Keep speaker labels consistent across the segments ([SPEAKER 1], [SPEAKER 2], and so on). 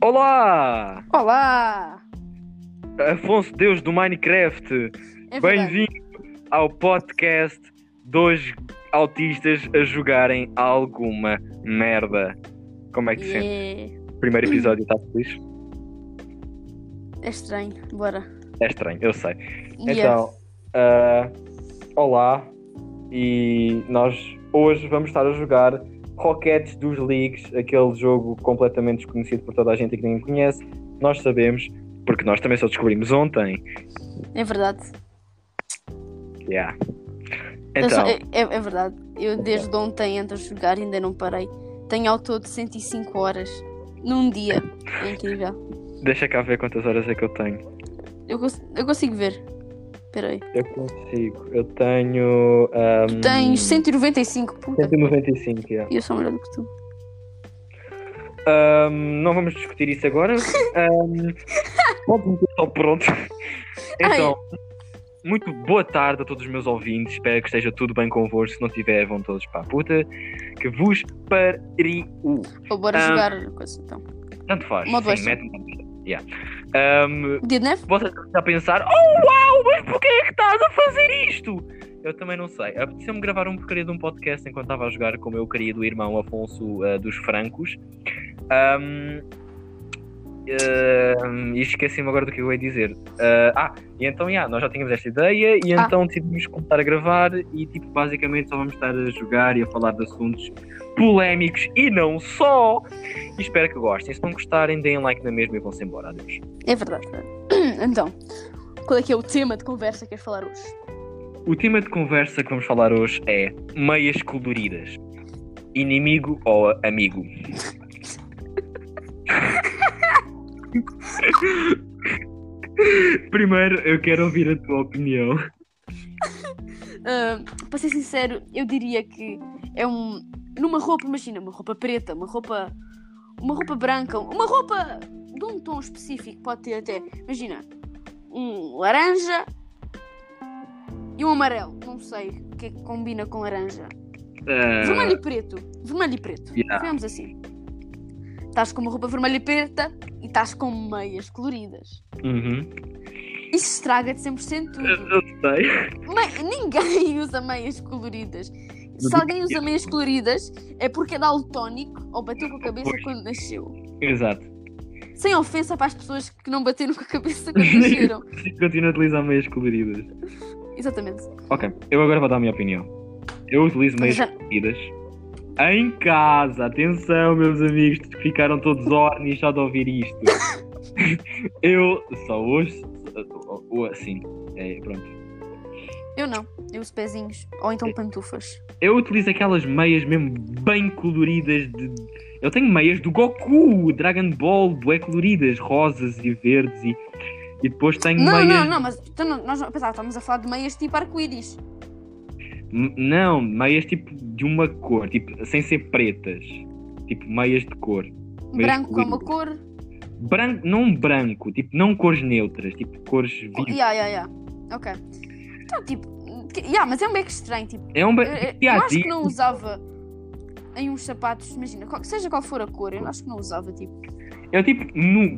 [SPEAKER 1] Olá!
[SPEAKER 2] Olá!
[SPEAKER 1] Afonso Deus do Minecraft,
[SPEAKER 2] É verdade.
[SPEAKER 1] bem-vindo ao podcast Dois Autistas a Jogarem Alguma Merda. Como é que se sente?
[SPEAKER 2] Yeah.
[SPEAKER 1] Primeiro episódio, está feliz?
[SPEAKER 2] É estranho, bora.
[SPEAKER 1] É estranho, eu sei.
[SPEAKER 2] Yeah.
[SPEAKER 1] Então, ah, olá, e nós hoje vamos estar a jogar Rockets dos Leagues, aquele jogo completamente desconhecido por toda a gente e que ninguém conhece. Nós sabemos, porque nós também só descobrimos ontem.
[SPEAKER 2] É verdade.
[SPEAKER 1] Yeah.
[SPEAKER 2] Eu só-
[SPEAKER 1] Então,
[SPEAKER 2] é, é- é verdade. Eu desde ontem ando a jogar e ainda não parei. Tenho ao todo 105 horas. Num dia. É incrível.
[SPEAKER 1] deixa cá ver quantas horas é que eu tenho.
[SPEAKER 2] Eu, cons- eu consigo ver. Peraí.
[SPEAKER 1] Eu consigo, eu tenho. ah,
[SPEAKER 2] Tu tens 195, puta.
[SPEAKER 1] 195, yeah.
[SPEAKER 2] E eu sou melhor do que tu.
[SPEAKER 1] Ah, não vamos discutir isso agora. Hum, Estou pronto. Então, muito boa tarde a todos os meus ouvintes. Espero que esteja tudo bem convosco. Se não tiver, vão todos para a puta. Que vos pariu.
[SPEAKER 2] Ou bora
[SPEAKER 1] Ah.
[SPEAKER 2] jogar coisa então.
[SPEAKER 1] Tanto faz.
[SPEAKER 2] Modo
[SPEAKER 1] Sim,
[SPEAKER 2] extra.
[SPEAKER 1] mete-me. Yeah. Hum, Ahm,
[SPEAKER 2] Dia de neve?
[SPEAKER 1] vocês estão a pensar: Oh, uau, mas porquê é que estás a fazer isto? Eu também não sei. Apeteceu-me gravar um porcaria de um podcast enquanto estava a jogar com o meu querido irmão Afonso ah, dos Francos. Ahm, ahm, e esqueci-me agora do que eu ia dizer. Ah, ah, e então, yeah, nós já tínhamos esta ideia e
[SPEAKER 2] Ah.
[SPEAKER 1] então decidimos começar a gravar e, tipo, basicamente só vamos estar a jogar e a falar de assuntos polémicos e não só. E espero que gostem. Se não gostarem, deem like na mesma e vão-se embora. Adeus.
[SPEAKER 2] É verdade. Então, qual é que é o tema de conversa que queres falar hoje?
[SPEAKER 1] O tema de conversa que vamos falar hoje é meias coloridas. Inimigo ou a- amigo? Primeiro, eu quero ouvir a tua opinião.
[SPEAKER 2] Ah, para ser sincero, eu diria que é um. Numa roupa, imagina, uma roupa preta, uma roupa. Uma roupa branca, uma roupa de um tom específico, pode ter até. Imagina, um laranja e um amarelo. Não sei o que é que combina com laranja.
[SPEAKER 1] Ah,
[SPEAKER 2] Vermelho e preto. Vermelho e preto.
[SPEAKER 1] Yeah.
[SPEAKER 2] Digamos assim. Estás com uma roupa vermelha e preta e estás com meias coloridas.
[SPEAKER 1] uhum.
[SPEAKER 2] Isso estraga-te 100%
[SPEAKER 1] Eu
[SPEAKER 2] tudo.
[SPEAKER 1] eu sei.
[SPEAKER 2] Mãe, ninguém usa meias coloridas. Se alguém usa meias coloridas, é porque é daltónico ou bateu com a cabeça
[SPEAKER 1] Pois.
[SPEAKER 2] quando nasceu.
[SPEAKER 1] Exato.
[SPEAKER 2] Sem ofensa para as pessoas que não bateram com a cabeça quando nasceram.
[SPEAKER 1] Continuo a utilizar meias coloridas.
[SPEAKER 2] Exatamente.
[SPEAKER 1] Ok, eu agora vou dar a minha opinião. Eu utilizo meias
[SPEAKER 2] Já-
[SPEAKER 1] coloridas em casa. Atenção, meus amigos que ficaram todos ornis só de ouvir isto. eu só hoje. ou Assim, é, pronto.
[SPEAKER 2] Eu não. Eu uso pezinhos. Ou então pantufas.
[SPEAKER 1] Eu utilizo aquelas meias mesmo bem coloridas. De... Eu tenho meias do Goku, Dragon Ball, bué coloridas, rosas e verdes e. E depois tenho
[SPEAKER 2] Não,
[SPEAKER 1] meias.
[SPEAKER 2] não, não, mas então, não- nós não- pensava, estávamos a falar de meias tipo arco-íris.
[SPEAKER 1] M- Não, meias tipo de uma cor, tipo, sem ser pretas. Tipo, meias de cor. Meias
[SPEAKER 2] Branco com uma
[SPEAKER 1] coloridas.
[SPEAKER 2] cor.
[SPEAKER 1] branco, não branco, tipo, não cores neutras, tipo cores vivas.
[SPEAKER 2] Ya, ya, ya. Ok. Então, tipo. que- Ya, mas é um beco estranho. Tipo,
[SPEAKER 1] É um ba-
[SPEAKER 2] eu, eu-
[SPEAKER 1] dia
[SPEAKER 2] eu
[SPEAKER 1] a
[SPEAKER 2] acho que
[SPEAKER 1] dia.
[SPEAKER 2] não usava em uns sapatos, imagina, qual- seja qual for a cor, eu acho que não usava tipo.
[SPEAKER 1] Eu tipo,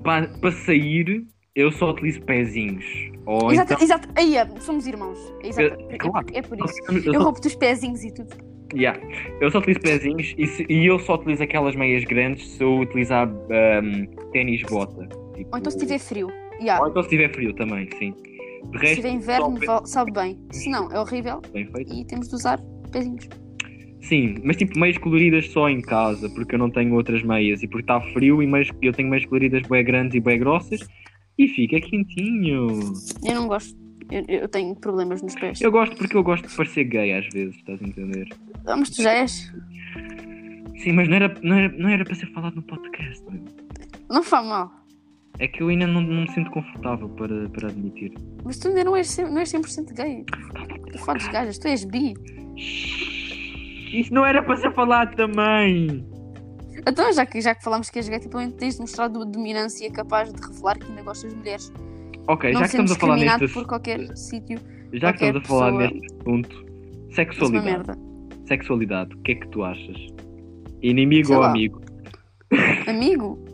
[SPEAKER 1] para sair, eu só utilizo pezinhos. Ou
[SPEAKER 2] Exato,
[SPEAKER 1] então.
[SPEAKER 2] exato. Aí é, somos irmãos. É, exato.
[SPEAKER 1] Eu-
[SPEAKER 2] É-
[SPEAKER 1] claro.
[SPEAKER 2] é por isso.
[SPEAKER 1] Eu
[SPEAKER 2] Eu
[SPEAKER 1] só,
[SPEAKER 2] roubo-te os pezinhos e tudo.
[SPEAKER 1] yeah. eu só utilizo pezinhos e, se- e eu só utilizo aquelas meias grandes se eu utilizar ahm, ténis bota. Tipo,
[SPEAKER 2] Ou então se tiver frio.
[SPEAKER 1] ou
[SPEAKER 2] Yeah.
[SPEAKER 1] então se tiver frio também, sim. De
[SPEAKER 2] Se
[SPEAKER 1] resto,
[SPEAKER 2] tiver
[SPEAKER 1] só
[SPEAKER 2] inverno,
[SPEAKER 1] pe-
[SPEAKER 2] val- sabe bem. Se não, é horrível
[SPEAKER 1] bem feito.
[SPEAKER 2] e temos de usar pezinhos.
[SPEAKER 1] Sim, mas tipo meias coloridas só em casa, porque eu não tenho outras meias e porque está frio e meias, eu tenho meias coloridas bem grandes e bem grossas e fica quentinho.
[SPEAKER 2] Eu não gosto. Eu, eu tenho problemas nos pés.
[SPEAKER 1] Eu gosto porque eu gosto de parecer gay às vezes, estás a entender?
[SPEAKER 2] Ah, mas tu já és.
[SPEAKER 1] Sim, mas não era, não era, não era para ser falado no podcast. meu.
[SPEAKER 2] Não faz mal.
[SPEAKER 1] É que eu ainda não, não me sinto confortável para, para admitir.
[SPEAKER 2] Mas tu ainda não és, cem- não és 100% gay. Tu fodes gajas, tu és bi.
[SPEAKER 1] Isso não era para ser falado também!
[SPEAKER 2] Então, já que, já que falámos que és gay, tipo, pelo menos tens de mostrar a tua dominância capaz de revelar que ainda gostas de mulheres.
[SPEAKER 1] Ok,
[SPEAKER 2] não
[SPEAKER 1] já que
[SPEAKER 2] sendo
[SPEAKER 1] estamos a falar
[SPEAKER 2] discriminado
[SPEAKER 1] neste,
[SPEAKER 2] por qualquer sítio.
[SPEAKER 1] já que estamos a
[SPEAKER 2] qualquer
[SPEAKER 1] falar
[SPEAKER 2] pessoa.
[SPEAKER 1] neste assunto,
[SPEAKER 2] És uma
[SPEAKER 1] sexualidade.
[SPEAKER 2] merda.
[SPEAKER 1] é Sexualidade, o que é que tu achas? Inimigo
[SPEAKER 2] Sei
[SPEAKER 1] ou
[SPEAKER 2] lá.
[SPEAKER 1] amigo?
[SPEAKER 2] Amigo?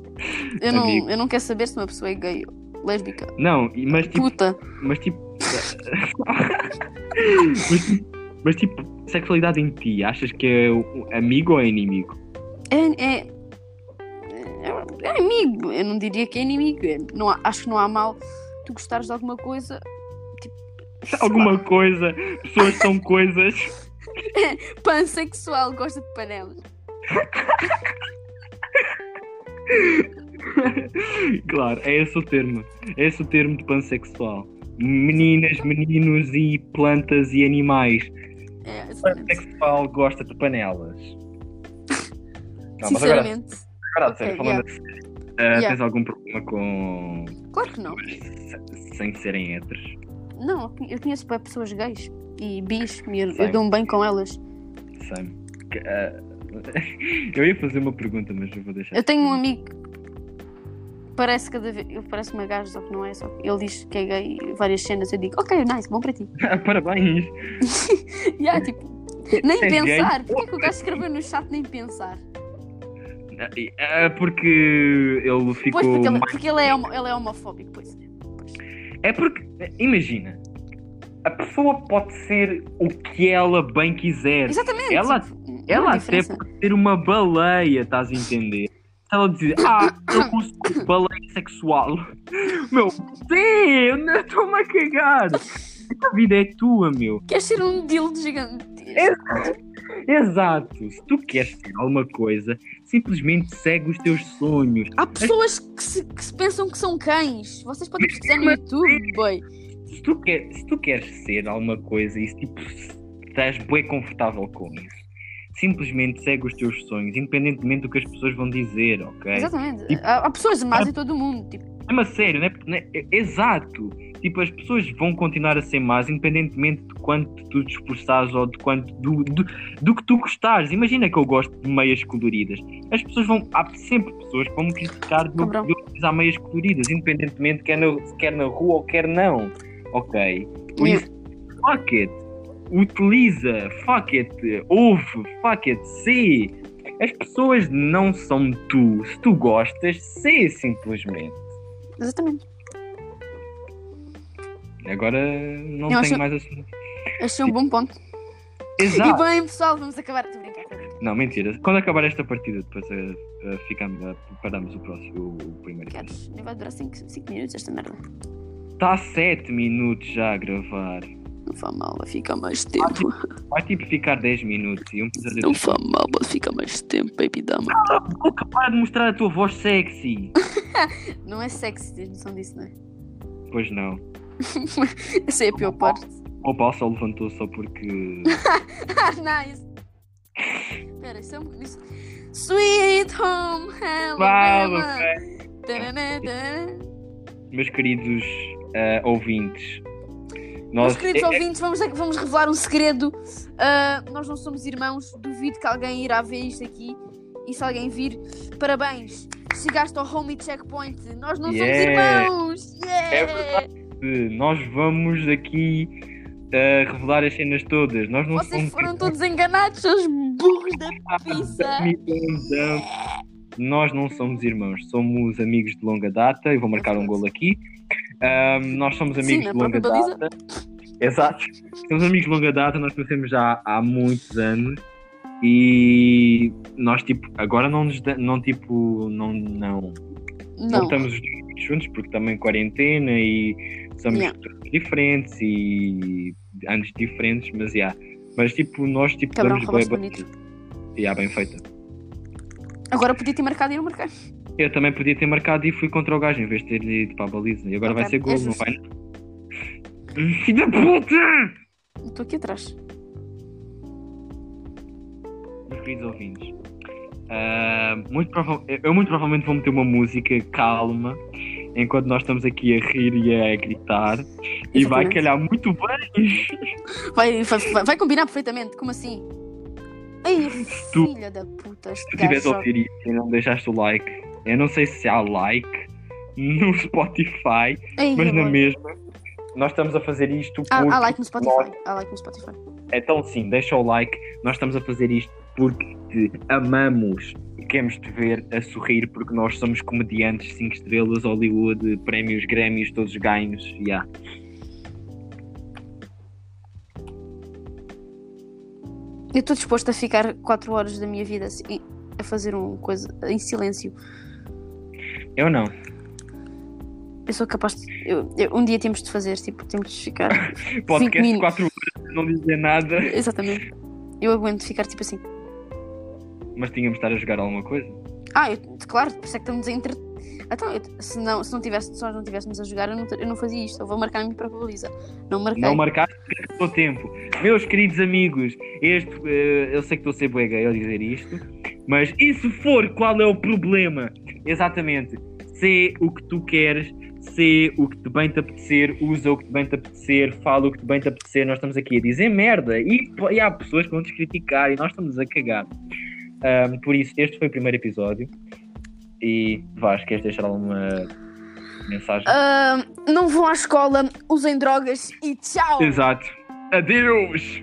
[SPEAKER 2] Eu não,
[SPEAKER 1] Amigo.
[SPEAKER 2] eu não quero saber se uma pessoa é gay, lésbica,
[SPEAKER 1] Não, e- mas tipo.
[SPEAKER 2] puta.
[SPEAKER 1] Mas tipo. mas, tipo- mas tipo, sexualidade em ti, achas que é o- amigo ou é inimigo?
[SPEAKER 2] É, é, é, é inimigo. Eu não diria que é inimigo. É- não há- acho que não há mal tu gostares de alguma coisa. Tipo, sei
[SPEAKER 1] Alguma
[SPEAKER 2] lá,
[SPEAKER 1] coisa, pessoas são coisas.
[SPEAKER 2] pansexual gosta de panelas.
[SPEAKER 1] Claro, é esse o termo. É esse o termo de pansexual. Meninas, meninos e plantas e animais.
[SPEAKER 2] É, exatamente.
[SPEAKER 1] Pansexual gosta de panelas. Não, mas agora,
[SPEAKER 2] Sinceramente,
[SPEAKER 1] agora a sério,
[SPEAKER 2] Ok,
[SPEAKER 1] falando a sério, ah,
[SPEAKER 2] Yeah.
[SPEAKER 1] tens algum problema com.
[SPEAKER 2] claro que não.
[SPEAKER 1] se- sem serem héteros?
[SPEAKER 2] Não, eu conhe- eu conheço bué pessoas gays e bis, e eu,
[SPEAKER 1] Sei.
[SPEAKER 2] eu dou-me bem com elas.
[SPEAKER 1] Sam? Que, ah, eu ia fazer uma pergunta, mas eu vou deixar.
[SPEAKER 2] Eu tenho um amigo que parece cada vez. eu Parece uma gaja, só que não é. Só que ele diz que é gay em várias cenas. Eu digo, ok, nice, bom para ti.
[SPEAKER 1] Ah, Parabéns!
[SPEAKER 2] E há, tipo, nem
[SPEAKER 1] És gay?
[SPEAKER 2] pensar. Porquê que o gajo escreveu no chat nem pensar?
[SPEAKER 1] Ah, e- ah, porque ele ficou.
[SPEAKER 2] Pois, porque, ele,
[SPEAKER 1] mais-
[SPEAKER 2] porque ele, é homo- ele é homofóbico, pois. é.
[SPEAKER 1] É porque, imagina, a pessoa pode ser o que ela bem quiser.
[SPEAKER 2] Exatamente.
[SPEAKER 1] Ela-
[SPEAKER 2] tipo, não há
[SPEAKER 1] Ela até
[SPEAKER 2] diferença.
[SPEAKER 1] pode ser uma baleia, estás a entender? Se ela dizer, ah, eu consigo baleia sexual. Meu, sim, eu não estou-me a cagar. A vida é tua, meu.
[SPEAKER 2] Queres ser um dildo gigante?
[SPEAKER 1] Exato. Se tu queres ser alguma coisa, simplesmente segue os teus sonhos.
[SPEAKER 2] Há pessoas que se, que se pensam que são cães. Vocês podem pesquisar no
[SPEAKER 1] Mas- assim?
[SPEAKER 2] YouTube, boy.
[SPEAKER 1] Se tu, quer, se tu queres ser alguma coisa e se, tipo, se estás bem confortável com isso, simplesmente segue os teus sonhos, independentemente do que as pessoas vão dizer, ok?
[SPEAKER 2] Exatamente.
[SPEAKER 1] Tipo-
[SPEAKER 2] Há, há pessoas más em todo o mundo. Tipo,
[SPEAKER 1] Mesmo a sério, né? Né? É- Exato. Tipo, as pessoas vão continuar a ser más, independentemente de quanto tu te esforçares ou de quanto do, do, do que tu gostares. Imagina que eu gosto de meias coloridas. As pessoas vão. Há sempre pessoas que vão me criticar de eu,
[SPEAKER 2] Cabrão.
[SPEAKER 1] de eu utilizar meias coloridas, independentemente quer na, quer na rua ou quer não. Ok. Por
[SPEAKER 2] Yeah.
[SPEAKER 1] isso, fuck it. Utiliza, fuck it, ouve, fuck it, sê. As pessoas não são tu. Se tu gostas, sê simplesmente.
[SPEAKER 2] exatamente.
[SPEAKER 1] Agora não
[SPEAKER 2] Eu
[SPEAKER 1] tenho
[SPEAKER 2] acho-
[SPEAKER 1] mais assunto.
[SPEAKER 2] Achei um bom ponto. E
[SPEAKER 1] Exato!
[SPEAKER 2] bem, pessoal, vamos acabar. Tô brincando, tô brincando.
[SPEAKER 1] Não, mentira. Quando acabar esta partida, depois eh, eh, ficamos, eh, preparamos o próximo, o, o primeiro.
[SPEAKER 2] Queres? Nem vai durar 5 minutos esta merda.
[SPEAKER 1] Está 7 Tá minutos já a gravar.
[SPEAKER 2] Não faz mal, vai ficar mais tempo.
[SPEAKER 1] Vai tipo ficar 10 minutos e um episódio.
[SPEAKER 2] Não faz mal, vai ficar mais tempo, baby dama.
[SPEAKER 1] Luca, para de mostrar a tua voz sexy!
[SPEAKER 2] Não é sexy, tens noção disso, não é?
[SPEAKER 1] pois não.
[SPEAKER 2] Essa é a pior parte.
[SPEAKER 1] O Paulo só levantou só porque.
[SPEAKER 2] Ah, nice. Espera, isso é um... Isso... Sweet Home Alabama.
[SPEAKER 1] Vale,
[SPEAKER 2] Tanana, tanana.
[SPEAKER 1] Meus queridos eh, ouvintes.
[SPEAKER 2] Meus
[SPEAKER 1] Nós,
[SPEAKER 2] queridos
[SPEAKER 1] eh, eh,
[SPEAKER 2] ouvintes, vamos, vamos revelar um segredo. Ah, nós não somos irmãos. Duvido que alguém irá ver isto aqui. E se alguém vir, parabéns. Chegaste ao homie checkpoint. Nós não
[SPEAKER 1] Yeah.
[SPEAKER 2] somos irmãos. Yeah.
[SPEAKER 1] É nós vamos aqui eh, revelar as cenas todas. Nós não
[SPEAKER 2] Vocês
[SPEAKER 1] somos tipo,
[SPEAKER 2] foram todos enganados, seus burros da pizza.
[SPEAKER 1] Nós não somos irmãos, somos amigos de longa data. Eu vou marcar um golo aqui. Ahm, nós somos
[SPEAKER 2] Sim,
[SPEAKER 1] amigos
[SPEAKER 2] na
[SPEAKER 1] de longa
[SPEAKER 2] própria
[SPEAKER 1] data. Exato. Somos amigos de longa data, nós conhecemos já há muitos anos. E nós, tipo, agora não nos da- não, tipo, não, não,
[SPEAKER 2] Não.
[SPEAKER 1] estamos os dois muito juntos porque também quarentena e somos
[SPEAKER 2] Yeah.
[SPEAKER 1] pessoas diferentes e anos diferentes, mas, yeah. mas tipo, nós, tipo,
[SPEAKER 2] Cabrão,
[SPEAKER 1] damos
[SPEAKER 2] roubaste
[SPEAKER 1] bem,
[SPEAKER 2] bonito.
[SPEAKER 1] yeah, bem feita.
[SPEAKER 2] Agora podia ter marcado e não marcar.
[SPEAKER 1] Eu também podia ter marcado e fui contra o gajo em vez de ter ido para a baliza. E agora
[SPEAKER 2] Ok,
[SPEAKER 1] vai ser gol,
[SPEAKER 2] é
[SPEAKER 1] não
[SPEAKER 2] justo.
[SPEAKER 1] vai? Filha da puta!
[SPEAKER 2] Estou aqui atrás.
[SPEAKER 1] Meus queridos ouvintes, ah, muito prova- eu muito provavelmente vou meter uma música calma enquanto nós estamos aqui a rir e a gritar. E vai
[SPEAKER 2] Exatamente.
[SPEAKER 1] calhar muito bem.
[SPEAKER 2] Vai, vai- vai- vai combinar perfeitamente. Como assim? Ai,
[SPEAKER 1] Tu-
[SPEAKER 2] filha da puta.
[SPEAKER 1] Se
[SPEAKER 2] este
[SPEAKER 1] tu
[SPEAKER 2] gajo
[SPEAKER 1] tiveres a
[SPEAKER 2] joga-
[SPEAKER 1] ouvir isso e não deixaste o like, eu não sei se há like no Spotify,
[SPEAKER 2] Ai,
[SPEAKER 1] mas na
[SPEAKER 2] agora.
[SPEAKER 1] mesma. Nós estamos a fazer isto
[SPEAKER 2] Ah, Há,
[SPEAKER 1] porque
[SPEAKER 2] há like no Spotify. Há like no Spotify.
[SPEAKER 1] Então sim, deixa o like. Nós estamos a fazer isto porque te amamos e queremos te ver a sorrir porque nós somos comediantes 5 estrelas, Hollywood, prémios, Grêmios, todos ganhos. Yeah.
[SPEAKER 2] Eu estou disposta a ficar 4 horas da minha vida assim, a fazer uma coisa em silêncio.
[SPEAKER 1] Eu não.
[SPEAKER 2] Eu sou capaz de. eu- eu- um dia temos de fazer, tipo, temos de ficar.
[SPEAKER 1] Podcast
[SPEAKER 2] minutos.
[SPEAKER 1] 4 horas, não dizer nada,
[SPEAKER 2] Exatamente. Eu aguento ficar tipo assim.
[SPEAKER 1] mas tínhamos de estar a jogar alguma coisa.
[SPEAKER 2] Ah, eu, claro, por isso é que estamos a entre. Então, eu- se, não, se, não tivesse, se nós não estivéssemos a jogar, eu não, eu não fazia isto. Eu vou marcar a minha própria baliza. Não marquei.
[SPEAKER 1] Não marcaste porque acabou o tempo. Meus queridos amigos, este, eh, eu sei que estou a ser bué gay ao dizer isto, mas e se for, qual é o problema? Exatamente. Sê o que tu queres, sê o que te bem te apetecer, usa o que te bem te apetecer, fala o que te bem te apetecer. Nós estamos aqui a dizer merda e, po- e há pessoas que vão nos criticar e nós estamos a cagar. Ahm, por isso, este foi o primeiro episódio. E Vasco, queres deixar alguma mensagem?
[SPEAKER 2] Ah, não vão à escola, usem drogas e tchau!
[SPEAKER 1] Exato. Adeus!